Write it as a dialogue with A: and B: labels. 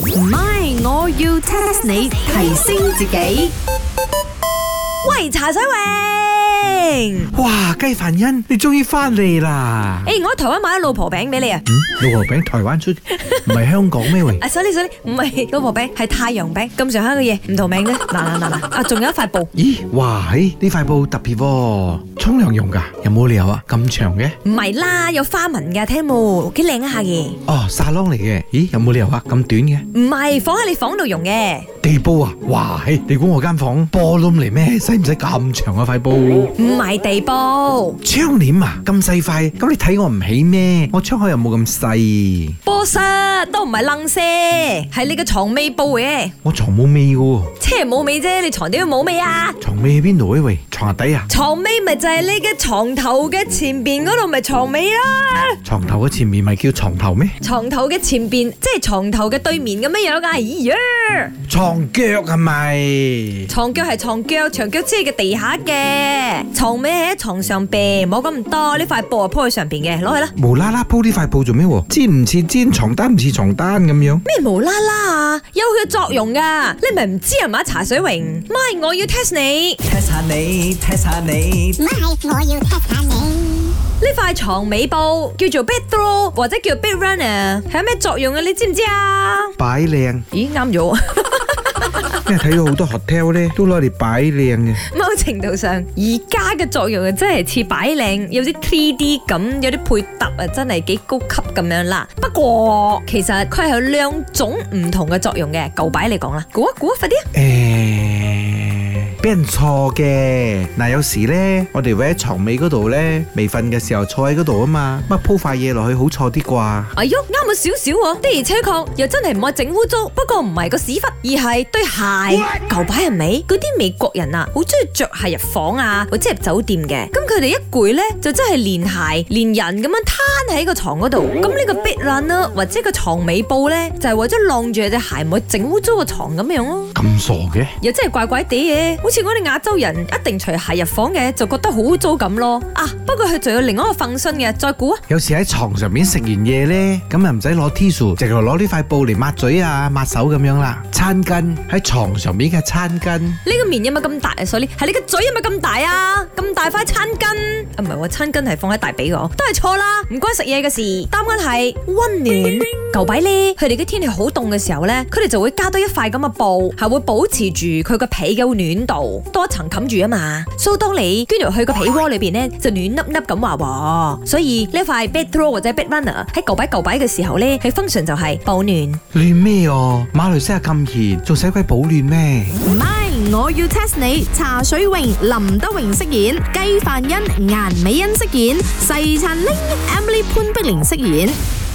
A: 唔係，我要 test 你提升自己。
B: 喂，茶水榮，
C: 哇，雞凡欣，你終於翻嚟啦！
B: 誒，我喺台灣買咗老婆餅俾你啊！
C: 嗯，老婆餅台灣出，唔係香港咩 喂
B: 啊，？所以所以唔係老婆餅，係太陽餅咁上下嘅嘢，唔同名啫。嗱嗱嗱嗱，啊，仲有一塊布，
C: 咦，哇，嘿呢塊布特別喎，沖涼用㗎，有冇理由啊？咁長嘅？
B: 唔係啦，有花紋㗎，聽冇，幾靚一下嘅。
C: 哦，沙龍嚟嘅，咦，有冇理由啊？咁短嘅？
B: 唔係，放喺你房度用嘅。
C: 地煲啊，哇，嘿你估我間房波窿嚟咩？使唔使咁長啊塊布？
B: 唔係地布，
C: 窗簾啊，咁細塊，咁你睇我唔起咩？我窗口又冇咁細，
B: 波室都唔係楞些，係你嘅床尾布嘅。
C: 我床冇尾嘅喎，
B: 車冇尾啫，你床底冇尾啊？
C: 床尾喺邊度啊？喂，床下底啊？
B: 床尾咪就係你嘅床頭嘅前邊嗰度，咪床尾啦。
C: 床頭嘅前面咪叫床頭咩？
B: 床頭嘅前邊，即係床頭嘅對面咁樣樣噶。哎呀，
C: 床腳係咪？
B: 床腳係床腳，長腳即係嘅地下嘅。床尾喺床上邊，冇咁多。呢塊布啊鋪喺上邊嘅，攞去啦。
C: 無啦啦鋪呢塊布做咩喎？煎唔似煎，床單唔似床單咁樣。
B: 咩無啦啦啊？有佢嘅作用噶，你咪唔知係嘛？茶水榮，咪我要 test 你。
D: test 下你，test 下你
E: My，我要 test 下你。
B: 呢塊床尾布叫做 bed throw 或者叫 bed runner，係有咩作用啊？你知唔知啊？
C: 擺靚，
B: 咦，啱咗喎。
C: 因為睇到好多 hotel 咧都攞嚟擺靚嘅。
B: 某程度上，而家嘅作用啊，真係似擺靚，有啲 3D 咁，有啲配搭啊，真係幾高級咁樣啦。不過其實佢係有兩種唔同嘅作用嘅，舊擺嚟講啦，估一估啊，快啲啊！
C: 誒、俾人錯嘅。嗱，有時咧，我哋會喺床尾嗰度咧，未瞓嘅時候坐喺嗰度啊嘛，乜鋪塊嘢落去好錯啲啩？
B: 哎喲，啱咗少少喎，的而且確又真係唔係整污糟，不過唔係個屎忽，而係對鞋。舊擺係咪？嗰啲美國人啊，好中意着鞋入房啊，或者入酒店嘅。咁佢哋一攰呢，就真係連鞋連人咁樣攤喺個床嗰度。咁呢個 bed run 啦，或者個床尾布呢，就係、為咗晾住隻鞋唔會整污糟個床咁樣咯。
C: 咁傻嘅？
B: 又真係怪怪地嘅，好似我哋亞洲人一定除鞋入房嘅，就覺得好污糟咁咯。啊，不過佢仲有另外一個 function 嘅，再估啊！
C: 有時喺床上面食完嘢咧，咁又唔使攞 tissue，直頭攞呢塊布嚟抹嘴啊、抹手咁樣啦。餐巾喺床上面嘅餐巾。
B: 呢個面有冇咁大啊？所以係你個嘴有冇咁大啊？咁大塊餐巾啊？唔係喎，餐巾係放喺大髀個，都係錯啦，唔關食嘢嘅事。答案係温暖。舊擺呢，佢哋嘅天氣好凍嘅時候呢，佢哋就會加多一塊咁嘅布，係會保持住佢個被嘅暖度，多一層冚住啊嘛。所以當你捐入去個被窩裏邊呢，就暖粒粒咁話喎。所以呢塊 bed throw 或者 bed runner 喺舊擺舊擺嘅時候呢，佢 function 就係保暖。
C: 暖咩哦？馬來西亞咁熱，仲使鬼保暖咩？
A: 唔係，我要 test 你。茶水榮、林德榮飾演，雞飯欣、顏美欣飾演，細陳玲、Emily 潘碧玲飾演。